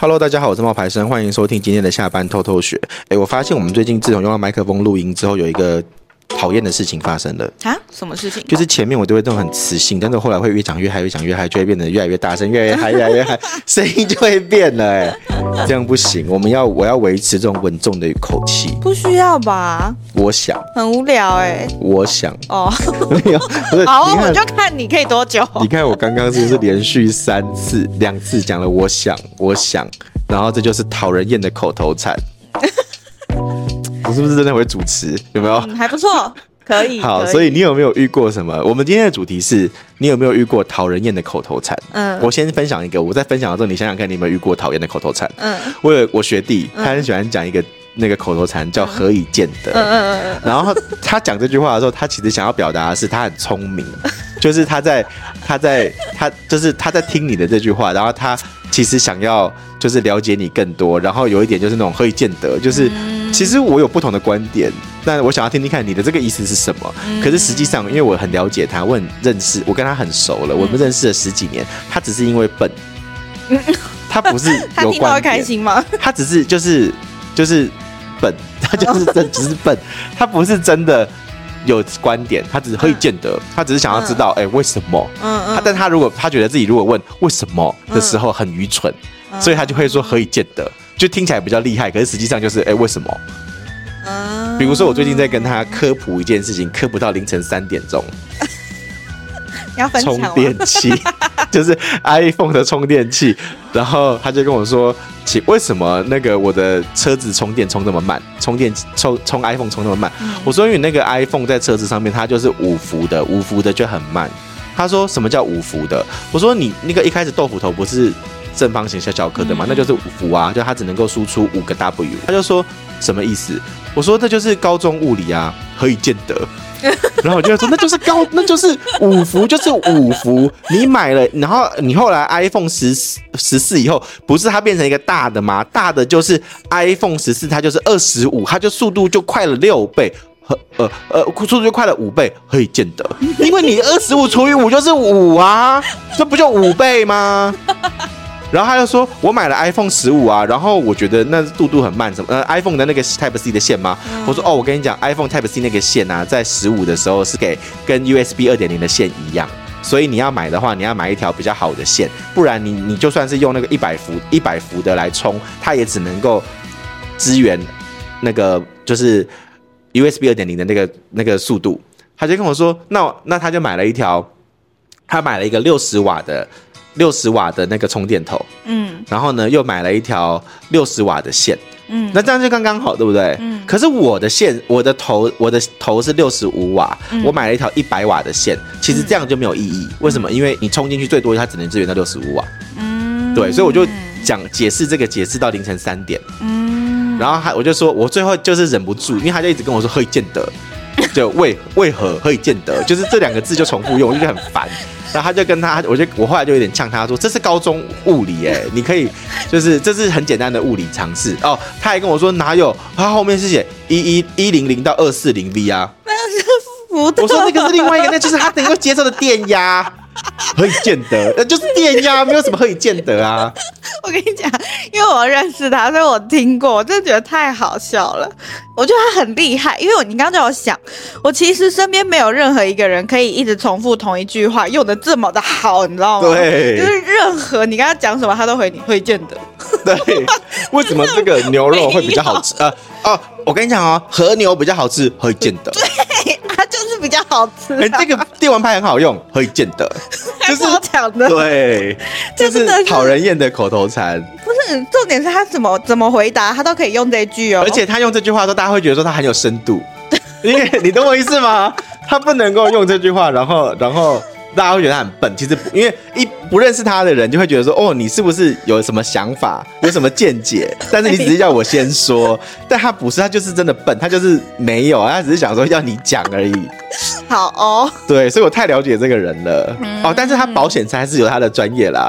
Hello，大家好，我是冒牌生，欢迎收听今天的下班偷偷学。哎，我发现我们最近自从用到麦克风录音之后，有一个讨厌的事情发生了。啊，什么事情？就是前面我都会这种很磁性，但是后来会越讲越嗨，越讲越嗨，就会变得越来越大声，越来越嗨，越来越嗨，声音就会变了、哎，这样不行，我们要我要维持这种稳重的口气。不需要吧，我想，很无聊哎、我想， 哦，没有，不是，好，你我看就看你可以多久。 你看我刚刚是不是连续三次、两次讲了我想，我想，然后这就是讨人厌的口头 禅。我是不是真的会主持？有没有？嗯，还不错，可以。好，可所以你有没有遇过什么？我们今天的主题是你有没有遇过讨人厌的口头禅？嗯我先分享一个，我再分享到这，你想想看，你有没有遇过讨厌的口头禅？嗯我有我学弟，他很喜欢讲一个那个口头禅叫“何以见得”，嗯嗯嗯然后他讲这句话的时候，他其实想要表达的是他很聪 明，就是他在他在他就是他在听你的这句话，然后他其实想要就是了解你更多，然后有一点就是那种何以见得，就是嗯其实我有不同的观点，但我想要听听看你的这个意思是什么。可是实际上，因为我很了解他，我很认识，我跟他很熟了，我们认识了十几年，他只是因为 笨，他不是他有听到会观开点。心吗？他只是就是就是笨，他就是真只是笨，他不是真的有观点，他只是可以见得，他只是想要知道，哎、为什么？嗯他嗯，但他如果他觉得自己如果问为什么的时候很愚蠢，所以他就会说可以见得。就听起来比较厉害，可是实际上就是哎、为什么？嗯比如说我最近在跟他科普一件事情，科普到凌晨三点钟，你要分享充吗？电器， 就是 iPhone 的充电器。然后他就跟我说：“请为什么那个我的车子充电充那么慢？充电充充 iPhone 充那么慢？”嗯我说：“因为那个 iPhone 在车子上面，它就是五伏的，五伏的就很慢。”他说：“什么叫五伏的？”我说：“你那个一开始豆腐头不是正方形小小颗的嗯嘛，那就是五伏啊，就它只能够输出五个 W。”他就说：“什么意思？”我说：“那就是高中物理啊，何以见得？”然后我就会说，那就是高，那就是五伏，就是五伏。你买了，然后你后来 iPhone 十十四以后，不是它变成一个大的吗？大的就是 iPhone 十四，它就是二十五，它就速度就快了六倍。和呃呃，速度就快了五倍，可以见得，因为你二十五除以五就是五啊，这不就五倍吗？然后他就说，我买了 iPhone 十五啊，然后我觉得那速度很慢，什么呃 iPhone 的那个 Type C 的线吗？我说哦，我跟你讲，iPhone Type C 那个线啊，在十五的时候是给跟 USB 二点零的线一样。所以你要买的话，你要买一条比较好的线，不然你你就算是用那个一百伏一百伏的来充，它也只能够支援那个就是 USB 二点零的那个那个速度。他就跟我说，那那他就买了一条，他买了一个六十瓦的六十瓦的那个充电头，嗯然后呢又买了一条六十瓦的线，嗯那这样就刚刚好，对不对？嗯可是我的线，我的头，我的头是六十五瓦，嗯我买了一条一百瓦的线，其实这样就没有意义。为什么？因为你充进去最多它只能支援到六十五瓦，嗯对，所以我就讲解释这个解释到凌晨三点。嗯然后他我就说，我最后就是忍不住，因为他就一直跟我说何以见得， 就为为何何以见得，就是这两个字就重复用，我就觉得很烦。然后他就跟他，我就我后来就有点呛他说，这是高中物理哎、你可以就是这是很简单的物理常识哦。他还跟我说哪有，他后面是写一一一零零到二四零 V 啊，不对，我说那个是另外一个，那就是他能够接受的电压。何以见得？那就是电压，没有什么何以见得啊。 我跟你讲，因为我认识他，所以我听过，我真的觉得太好笑了。我觉得他很厉害，因为我你刚刚叫我想，我其实身边没有任何一个人可以一直重复同一句话用的这么的好，你知道吗？对就是任何你跟他讲什么，他都回你会见 的。对，为什么这个牛肉会比较 好吃？呃，哦，我跟你讲哦，和牛比较好吃，会见 得。啊嘿他就是比较好吃、啊，哎、这个电玩派很好用，会见得。 还就是是我讲的。对，这这是 真的是讨人厌的口头禅，不是重点是他怎么怎么回答，他都可以用这句哦。而且他用这句话的时候，大家会觉得说他很有深度，因为你懂我意思吗？他不能够用这句话，然后，然后。大家会觉得他很笨，其实不因为一不认识他的人就会觉得说，哦，你是不是有什么想法，有什么见解？但是你只是要我先说，但他不是，他就是真的笨，他就是没有，他只是想说要你讲而已。好哦，对，所以我太了解这个人了。嗯哦，但是他保险才是有他的专业啦，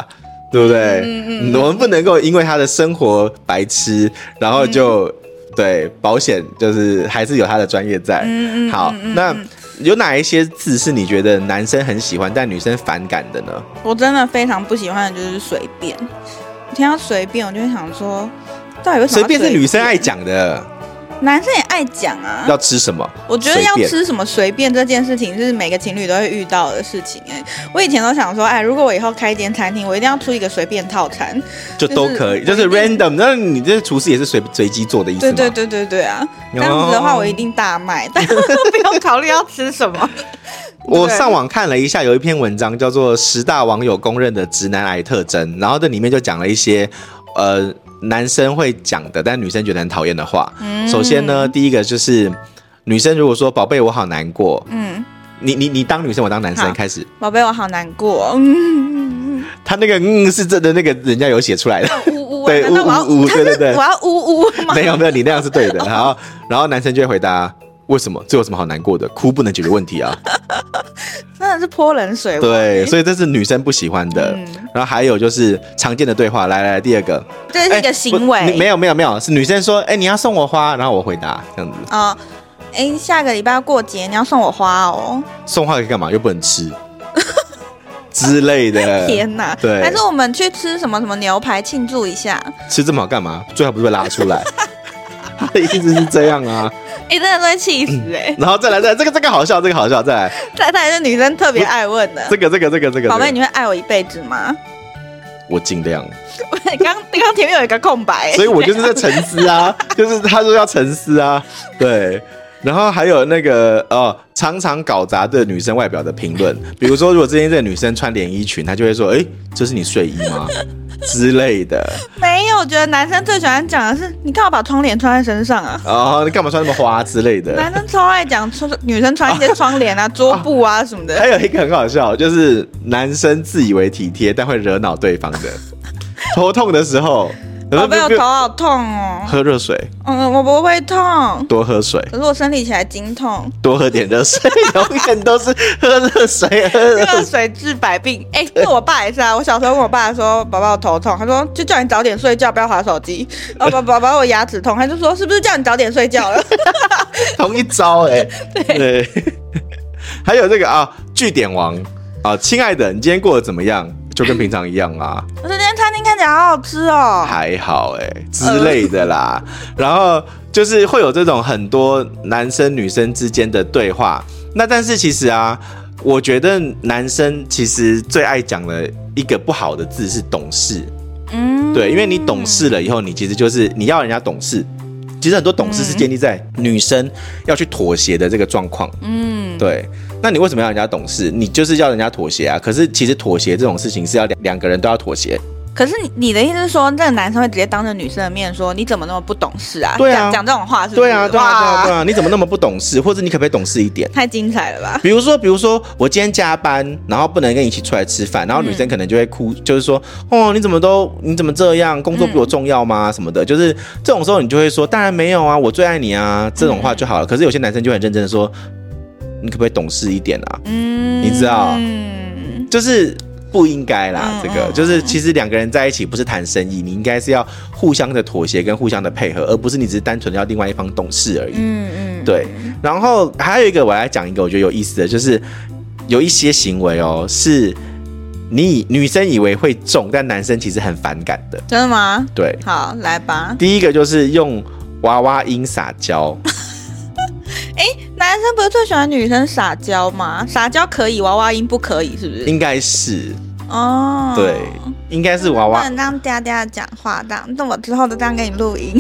对不对？嗯嗯我们不能够因为他的生活白痴，然后就、嗯对保险就是还是有他的专业在。嗯嗯好，那有哪一些字是你觉得男生很喜欢但女生反感的呢？我真的非常不喜欢的就是随便。听到随便，我就会想说，到底为什随么要便是女生爱讲的，男生也爱讲啊。要吃什么？我觉得要随便吃什么随便这件事情是每个情侣都会遇到的事情、哎，我以前都想说，哎，如果我以后开一间餐厅，我一定要出一个随便套餐。就都可以，就就是是 random。那你这厨师也是随随机做的意思对吗？对对对对啊，这哦样子的话我一定大卖，但不用考虑要吃什么。我对上网看了一下，有一篇文章叫做《十大网友公认的直男癌特征》，然后这里面就讲了一些呃男生会讲的，但女生觉得很讨厌的话。嗯首先呢，第一个就是女生如果说“宝贝，我好难过”，嗯，你你你当女生，我当男好生开始，宝贝，我好难过。嗯，他那个嗯是真的，那个人家有写出 来的，呜呜，对难道我要呜呜呜他对是对对我要呜呜吗？没有没有，你那样是对的。然后然后男生就会回答。为什么？这有什么好难过的？哭不能解决问题啊！真的是泼冷水王对，哎所以这是女生不喜欢的。嗯然后还有就是常见的对话，来来，第二个，这是一个行为。哎不你没有没有没有，是女生说，哎、你要送我花，然后我回答这样子，啊，哎、下个礼拜要过节，你要送我花哦。送花可以干嘛？又不能 吃之类的。天哪，对还是我们去吃什么什么牛排庆祝一下？吃这么好干嘛？最好不是被拉出来。 他的意思是这样啊，哎、真的都会气死哎、欸！然后再来，再来这个这个好笑，这个好笑，再来再再来是女生特别爱问的这。个这个这个这个，宝贝，这个你会爱我一辈子吗？ 我尽量，刚刚刚前面有一个空白、欸所以我就是在沉思 啊，就是他说要沉思啊，对。然后还有那个哦，常常搞砸对女生外表的评论，比如说，如果今天这个女生穿连衣裙，她就会说：“哎，这是你睡衣吗？” 之类的。没有，我觉得男生最喜欢讲的是，你干嘛把窗帘穿在身上啊？哦，你干嘛穿那么花之类的男？生超爱讲穿女生穿一些窗帘啊、桌布啊什么还的。有一个很好笑，就是男生自以为体贴，但会惹恼对方的。头痛的时候，宝贝，我不头好痛哦。喝热水，嗯，我不会痛，多喝水，可是我生理起来经痛。多喝点热水， 永远都是喝热水，喝热热水治 百病。哎、这我爸也是啊。我小时候问我爸说：“宝宝，我头痛。”他说：“就叫你早点睡觉，不要划手机。”哦，宝宝宝，我牙齿痛。他就说：“是不是叫你早点睡觉了 同一招哎、对， 还有这个啊，据点王啊，亲爱的，你今天过得怎么样？就跟平常一样啊，？”我说：“今天餐厅看起来好好吃 哦。还好哎、之类的啦。然后就是会有这种很多男生女生之间的对话。那但是其实啊，我觉得男生其实最爱讲的一个不好的字是懂事。”嗯，对，因为你懂事了以后，你其实就是你要人家懂事。其实很多懂事是建立在女生要去妥协的这个状况。嗯，对，那你为什么要人家懂事？你就是要人家妥协啊。可是其实妥协这种事情是要两两个人都要妥协。可是你你的意思是说，这个男生会直接当着女生的面说：“你怎么那么不懂事啊？”对啊讲讲这种话是不是？对啊，对啊，对啊，对哇啊！你怎么那么不懂事？或者你可不可以懂事一点？太精彩了吧！比如说，比如说，我今天加班，然后不能跟你一起出来吃饭，然嗯后女生可能就会哭，就是说，哦，你怎么都你怎么这样？工作比我嗯重要吗？什么的，就是这种时候你就会说，当然没有啊，我最爱你啊，这嗯种话就好了。可是有些男生就很认真的说，你可不可以懂事一点啊？嗯，你知道嗯，就是。不应该啦嗯，这个嗯就是其实两个人在一起不是谈生意，你应该是要互相的妥协跟互相的配合，而不是你只是单纯要另外一方懂事而已。嗯嗯，对，然后还有一个我来讲一个我觉得有意思的，就是有一些行为哦，是你以女生以为会中，但男生其实很反感的。真的吗？对，好，来吧。第一个就是用娃娃音撒娇，男生不是最喜欢女生撒娇吗？撒娇可以，娃娃音不可以，是不是？应该是哦，对，应该是娃不娃能，这样嗲嗲讲话，这样。那我之后都这样给你 录音，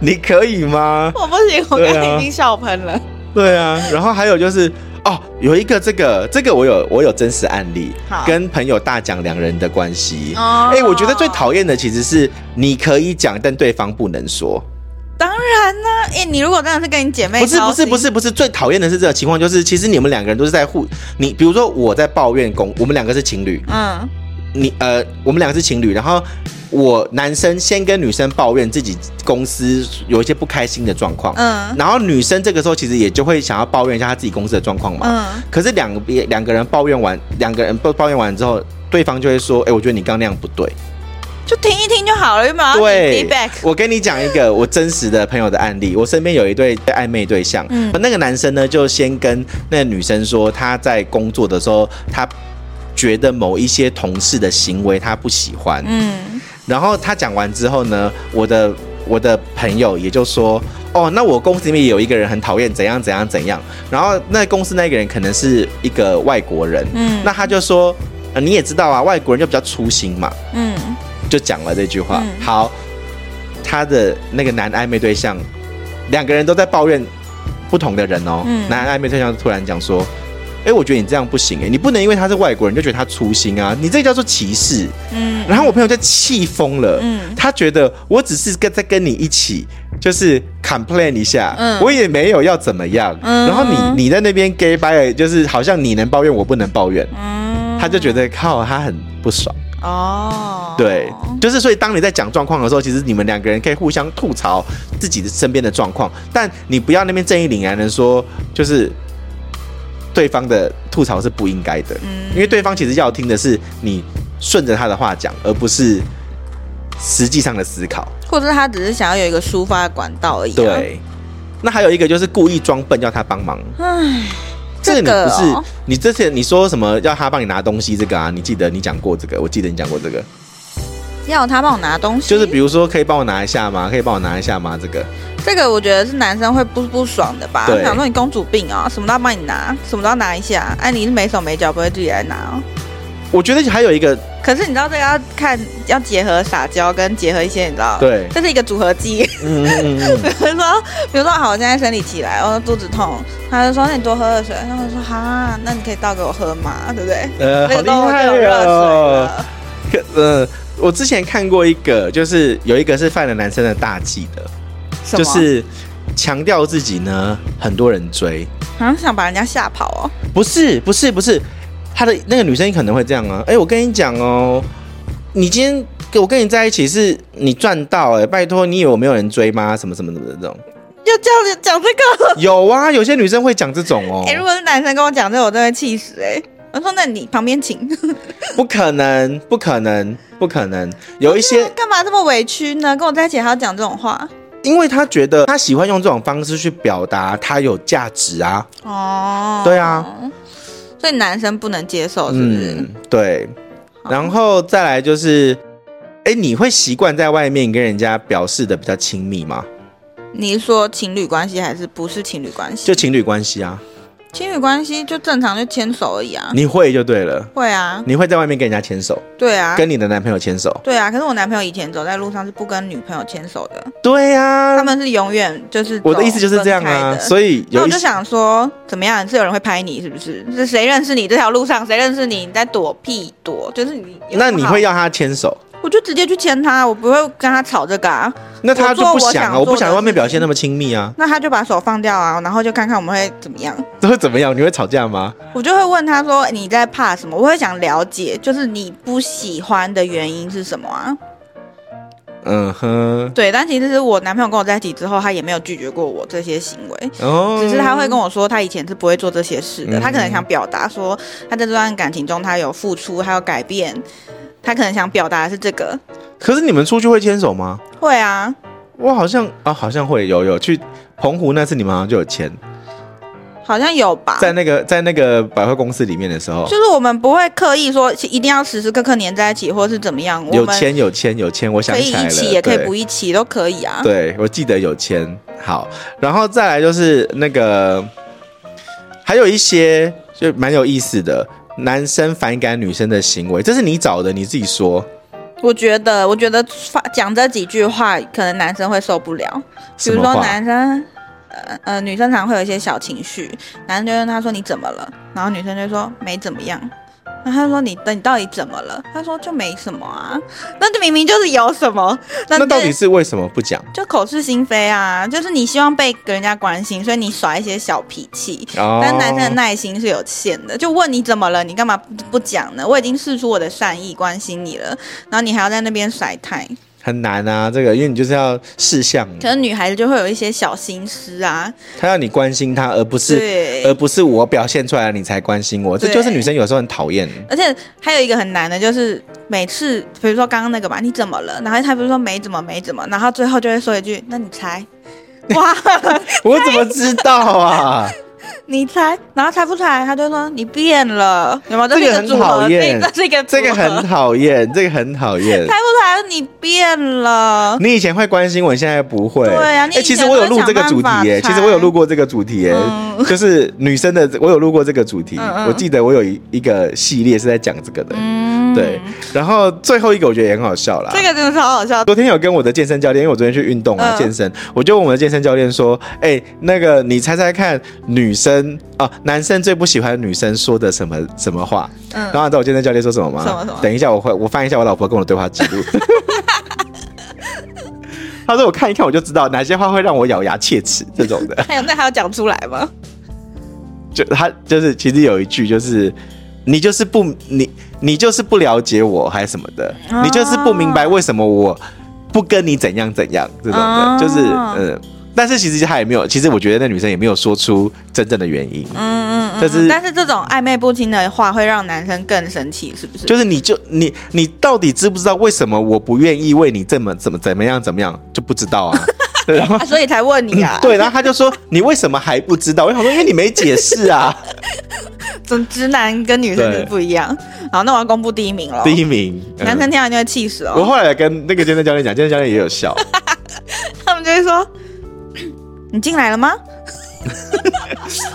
你可以吗？我不行，我刚对才啊已经笑喷了。对啊，然后还有就是哦，有一个这个这个我有我有真实案例好，跟朋友大讲两人的关系。哎、哦我觉得最讨厌的其实是你可以讲，但对方不能说。当然呢、哎、你如果真的是跟你姐妹，不是不是不，是不是，最讨厌的是这个情况，就是其实你们两个人都是在互你，比如说我在抱怨公，我们两个是情侣，嗯，你呃，我们两个是情侣，然后我男生先跟女生抱怨自己公司有一些不开心的状况，嗯然后女生这个时候其实也就会想要抱怨一下她自己公司的状况嘛，嗯可是两边两个人抱怨完，两个人抱抱怨完之后，对方就会说，哎、我觉得你刚刚那样不对，就听一听就好了，又没有要对 feedback。我跟你讲一个我真实的朋友的案例，我身边有一对暧昧对象，嗯那个男生呢就先跟那个女生说他在工作的时候他。觉得某一些同事的行为他不喜欢，嗯然后他讲完之后呢，我的我的朋友也就说，哦，那我公司里面有一个人很讨厌怎样怎样怎样，然后那公司那个人可能是一个外国人，嗯那他就说、呃你也知道啊，外国人就比较粗心嘛，嗯，就讲了这句话。嗯好，他的那个男暧昧对象，两个人都在抱怨不同的人哦。嗯男暧昧对象突然讲说：“哎、我觉得你这样不行哎、你不能因为他是外国人就觉得他粗心啊，你这叫做歧视。”嗯然后我朋友就气疯了，嗯他觉得我只是跟在跟你一起，就是 complain 一下，嗯我也没有要怎么样。嗯然后你你在那边 gay bye，就是好像你能抱怨我不能抱怨，嗯，他就觉得靠他很不爽。哦，对，就是所以当你在讲状况的时候，其实你们两个人可以互相吐槽自己的身边的状况，但你不要那边正义凛然的说，就是对方的吐槽是不应该的，嗯因为对方其实要听的是你顺着他的话讲，而不是实际上的思考。或者他只是想要有一个抒发的管道而已、啊。，对，那还有一个就是故意装笨要他帮忙，唉，这个你个不是、哦你之前你说什么要他帮你拿东西这个啊？你记得你讲过这个，我记得你讲过这个，要他帮我拿东西，就是比如说可以帮我拿一下吗？可以帮我拿一下吗？这个。这个我觉得是男生会不不爽的吧？对想说你公主病啊、什么都要帮你拿，什么都要拿一下，哎、你是没手没脚，不会自己来拿哦。我觉得还有一个可是你知道这个要看，要结合撒娇跟结合一些你知道，，对，这是一个组合技。嗯嗯嗯，比如说，比如说，好，我现在生理期来，我肚子痛，他就说那你多喝热水，然后我说哈，那你可以倒给我喝嘛，对不对？ 呃，好厉那个都我就有害热水哦。了，可呃，我之前看过一个，就是有一个是犯了男生的大忌的，什就么是强调自己呢，很多人追，好像想把人家吓跑哦。不是不是不是，他的那个女生可能会这样啊，哎、我跟你讲哦，你今天。我跟你在一起是你赚到哎、拜托你有没有人追吗？什么什么什么的这种，要这样子讲这个，有啊，有些女生会讲这种哦、哎、如果是男生跟我讲这个，我真的会气死哎、我说那你旁边请， 不可能，不可能，不可能，有一些干嘛这么委屈呢？跟我在一起还要讲这种话因为他觉得他喜欢用这种方式去表达他有价值啊，哦？对啊，嗯所以男生不能接哦受，是不是？，对。好然后再来就是，哎，你会习惯在外面跟人家表示的比较亲密吗？你是说情侣关系还是不是情侣关系？就情侣关系啊，情侣关系就正常就牵手而已啊。你会就对了。会啊，你会在外面跟人家牵手，对啊，跟你的男朋友牵手，对啊。可是我男朋友以前走在路上是不跟女朋友牵手的，对呀、他啊。们是永远就是我的意思就是这样啊，以所以那有我一就些想说，怎么样？是有人会拍你是不是？是谁认识你？这条路上谁认识你？你在躲屁躲，就是你。那你会？要他牵手，我就直接去牵他，我不会跟他吵这个啊。那他就我做不我想啊，想我不做想的外面事表现情那么亲密啊， 那他就把手放掉啊，然后就看看我们会怎么样。这会怎么样？你会吵架吗？我就会问他说你在怕什么？我会想了解，就是你不喜欢的原因是什么啊？嗯哼，对，但其实是我男朋友跟我在一起之后，他也没有拒绝过我这些行为，哦，只是他会跟我说他以前是不会做这些事的。嗯他可能想表达说他在这段感情中他有付出，他有改变，他可能想表达的是这个。可是你们出去会牵手吗？会啊，我好像啊，好像会有有去澎湖那次，你们好像就有签，好像有吧。在那个在那个百货公司里面的时候，就是我们不会刻意说一定要时时刻刻黏在一起，或是怎么样。我有们签有签有签，我想可以起来一了，起，也可以对不一起，都可以啊。对，我记得有签。好，然后再来就是那个，还有一些就蛮有意思的，男生反感女生的行为，这是你找的，你自己说。我觉得，我觉得发讲这几句话，可能男生会受不了。比什如么说话？男生，呃呃，女生常会有一些小情绪，男生就问他说你怎么了，然后女生就说没怎么样。然后他就说你你到底怎么了？他说就没什么啊，那这明明就是有什么，但那是到底是为什么不讲？就口是心非啊，就是你希望被人家关心，所以你耍一些小脾气，哦但男生的耐心是有限的，就问你怎么了，你干嘛不不讲呢？我已经试出我的善意关心你了，然后你还要在那边甩态，很难啊，这个因为你就是要事项，可能女孩子就会有一些小心思啊，他要你关心他，而不是对。而不是我表现出来了你才关心我，这对就是女生有时候很讨 厌。而且还有一个很难的，就是每次，比如说刚刚那个吧，你怎么了？然后他不是说没怎么没怎么，然 后最后就会说一句，那你猜？哇， 我怎么知道啊？你猜，然后猜不出来，他就说你变了，有没有？这这是一个个很组合，讨厌这这是一个这个组合很猜讨厌，这个很讨厌不。出来，你变了。你以前会关心我，你现在不会。对啊你哎以其实前我有录这个主题耶、都会想办法其实我有录过这个主题耶、嗯就是女生的，我有录过这个主题。嗯嗯我记得我有一一个系列是在讲这个的、嗯对。啊然后最后一个我觉得也很好笑啦。这个真的超好笑。昨天有跟我的健身教练，因为我昨天去运动啊、嗯健身，我就问我的健身教练说：“哎、那个你猜猜看，女生哦、男生最不喜欢女生说的什么什么话？”嗯然后你知道我健身教练说什么吗？什么什么等一下我会我翻一下我老婆跟我的对话记 录。他说：“我看一看我就知道哪些话会让我咬牙切齿这种的。还有那还要讲出来吗？就他就是其实有一句就是，你就是不你你就是不了解我还是什么的，啊你就是不明白为什么我不跟你怎样怎样这种的，啊就是嗯。但是其实他也没有，其实我觉得那女生也没有说出真正的原因，嗯嗯嗯。这是但是这种暧昧不清的话会让男生更生气，是不是？就是你就你你到底知不知道为什么我不愿意为你这么怎么怎么样怎么样就不知 道啊？对，然后啊，所以才问你啊。，对，然后他就说你为什么还不知道？我想说因为你没解释 啊。总直男跟女生就是不一样。好，那我要公布第一名了。第一名，嗯男生听完就会气死我哦，后来跟那个健身教练讲，健身教练也有笑。他们就会说：“ 你进来了吗？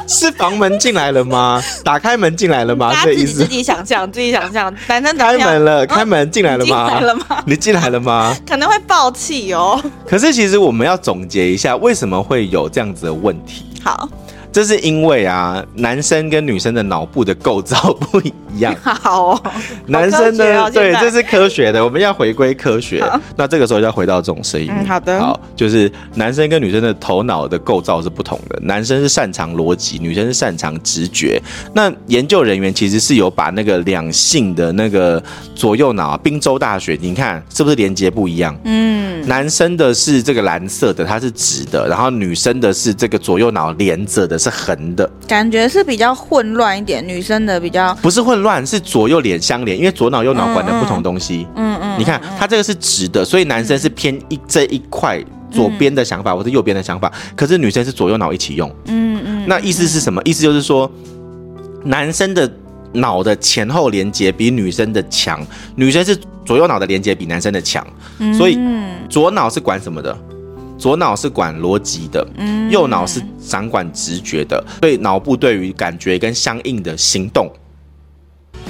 是房门进来了 吗？打开门进来了吗？大家这自意己思自？己想象，自己想象。男生开怎么样门了，开门进来了你进来了吗吗？你进来了吗？可能会爆气哦。可是其实我们要总结一下，为什么会有这样子的问题？好，这是因为啊，男生跟女生的脑部的构造不一样。好哦，男生科学呢，哦对，现在这是科学的，我们要回归科学好。那这个时候就要回到众生音。嗯好的好，就是男生跟女生的头脑的构造是不同的，男生是擅长逻辑，女生是擅长直觉。那研究人员其实是有把那个两性的那个左右脑啊，宾州大学，你看是不是连接不一样？嗯，男生的是这个蓝色的，它是直的，然后女生的是这个左右脑连着的，是横的，感觉是比较混乱一点，女生的比较，不是混乱，是左右脸相连，因为左脑右脑管的不同东西。嗯嗯，你看，它这个是直的，所以男生是偏一这一块左边的想法，或者右边的想法，可是女生是左右脑一起用。嗯嗯，那意思是什么？意思就是说，男生的脑的前后连接比女生的强，女生是左右脑的连接比男生的强，所以嗯左脑是管什么的？左脑是管逻辑的，嗯右脑是掌管直觉的，所以脑部对于感觉跟相应的行动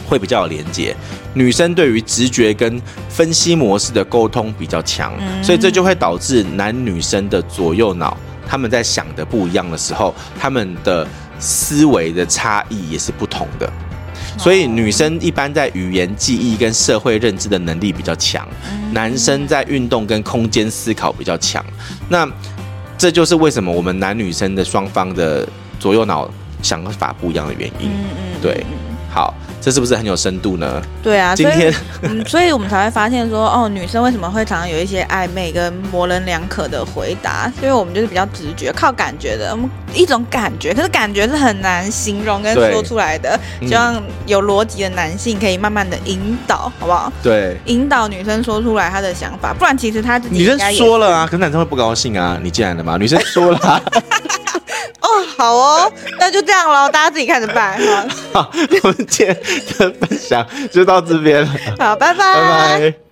会比较有连接。女生对于直觉跟分析模式的沟通比较强，嗯所以这就会导致男女生的左右脑他们在想的不一样的时候，他们的思维的差异也是不同的。所以女生一般在语言记忆跟社会认知的能力比较强，嗯男生在运动跟空间思考比较强。那这就是为什么我们男女生的双方的左右脑想法不一样的原因。嗯嗯，对，好，这是不是很有深度呢？对啊，今所以天 嗯，所以我们才会发现说，哦，女生为什么会常常有一些暧昧跟模棱两可的回答？因为我们就是比较直觉，靠感觉的，我们一种感觉，可是感觉是很难形容跟对说出来的，嗯希望有逻辑的男性可以慢慢的引导，好不好？ 对引导女生说出来她的想法，不然其实她自己女生应该也说了啊，可是男生会不高兴啊。你进来了吗？女生说了、啊， 哦，好哦，那就这样喽，大家自己看着办，好，好我们今天的分享就到这边了，好，拜拜拜。